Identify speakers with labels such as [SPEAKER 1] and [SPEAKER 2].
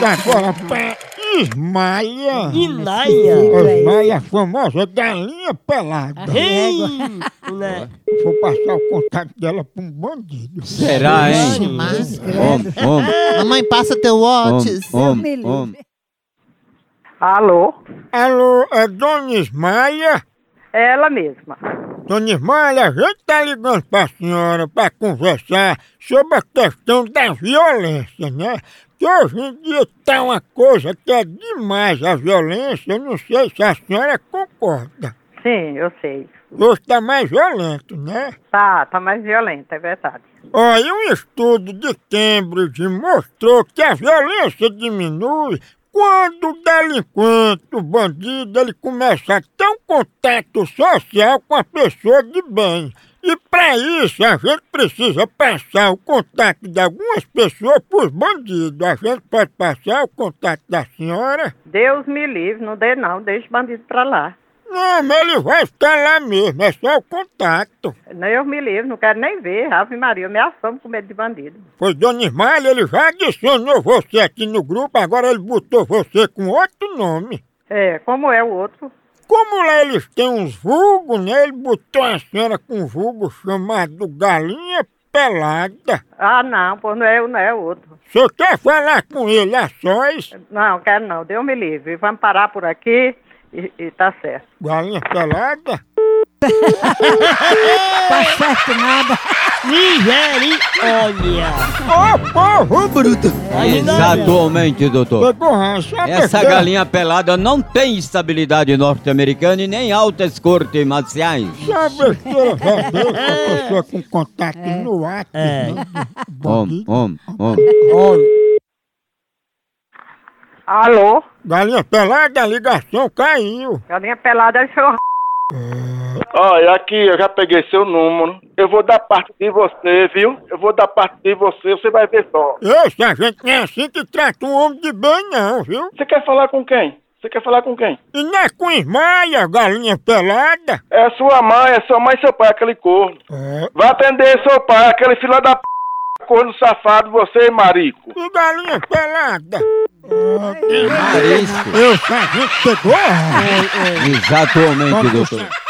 [SPEAKER 1] da forma Ismaia.
[SPEAKER 2] Ilaia.
[SPEAKER 1] Ismaia, a famosa galinha pelada.
[SPEAKER 2] Né?
[SPEAKER 1] Vou passar o contato dela pra um bandido.
[SPEAKER 3] Será,
[SPEAKER 4] Vixe,
[SPEAKER 3] hein?
[SPEAKER 4] mas-
[SPEAKER 3] Homem, homem,
[SPEAKER 4] Mamãe, passa teu
[SPEAKER 3] homem,
[SPEAKER 4] watts.
[SPEAKER 3] homem, homem.
[SPEAKER 5] Alô?
[SPEAKER 1] Alô, é Dona Ismaia?
[SPEAKER 5] É Ela mesma.
[SPEAKER 1] Dona Ismaia, a gente tá ligando pra senhora pra conversar sobre a questão da violência, né? Que hoje em dia tá uma coisa que é demais a violência, eu não sei se a senhora concorda.
[SPEAKER 5] Sim, eu sei.
[SPEAKER 1] Hoje tá mais violento, né?
[SPEAKER 5] Tá, tá mais violenta, é verdade.
[SPEAKER 1] Olha, um estudo de Cambridge mostrou que a violência diminui quando o delinquente, o bandido, ele começa a ter um contato social com a pessoa de bem. E para isso a gente precisa passar o contato de algumas pessoas para os bandidos. A gente pode passar o contato da senhora?
[SPEAKER 5] Deus me livre, não dê não, deixa o bandido pra lá.
[SPEAKER 1] Não, mas ele vai ficar lá mesmo, é só o contato.
[SPEAKER 5] Deus me livre, não quero nem ver. Ave Maria, eu me assomo com medo de bandido.
[SPEAKER 1] Pois Dona Ismael, ele já adicionou você aqui no grupo, agora ele botou você com outro nome.
[SPEAKER 5] É, como é o outro?
[SPEAKER 1] Como lá eles têm uns vulgos, né? Ele botou a senhora com um vulgo chamado Galinha Pelada.
[SPEAKER 5] Ah, não, pois não é eu, não é o outro.
[SPEAKER 1] Você quer falar com ele a sós?
[SPEAKER 5] Não, quero não, Deus me livre. Vamos parar por aqui e, e tá certo.
[SPEAKER 1] Galinha Pelada?
[SPEAKER 4] Tá certo nada.
[SPEAKER 2] Misericórdia.
[SPEAKER 1] Ô, povo bruto!
[SPEAKER 3] Exatamente, doutor.
[SPEAKER 1] Pegou rancho, sabe
[SPEAKER 3] Essa
[SPEAKER 1] aquele-
[SPEAKER 3] galinha pelada não tem estabilidade norte-americana e nem altas cortes marciais.
[SPEAKER 1] Sabe a besteira velha dele, que a pessoa com contato no ato,
[SPEAKER 2] É.
[SPEAKER 1] né?
[SPEAKER 3] Homem,
[SPEAKER 1] Bandido.
[SPEAKER 3] homem, homem.
[SPEAKER 2] Homem.
[SPEAKER 5] Alô?
[SPEAKER 1] Galinha Pelada, a ligação caiu.
[SPEAKER 5] Galinha pelada é seu
[SPEAKER 6] Olha, aqui eu já peguei seu número. Eu vou dar parte de você, viu? Eu vou dar parte de você, você vai ver só.
[SPEAKER 1] Esse a gente não é assim que trata um homem de bem, não, viu?
[SPEAKER 6] Você quer falar com quem? Você quer falar com quem?
[SPEAKER 1] E não é com esmaia, galinha pelada.
[SPEAKER 6] É sua mãe, é sua mãe e seu pai, aquele corno.
[SPEAKER 1] É.
[SPEAKER 6] Vai atender seu pai, aquele filho da p... corno safado, você e marico.
[SPEAKER 1] E galinha pelada. É.
[SPEAKER 3] Marisco.
[SPEAKER 1] Eu, a gente pegou. é.
[SPEAKER 3] Exatamente, doutor.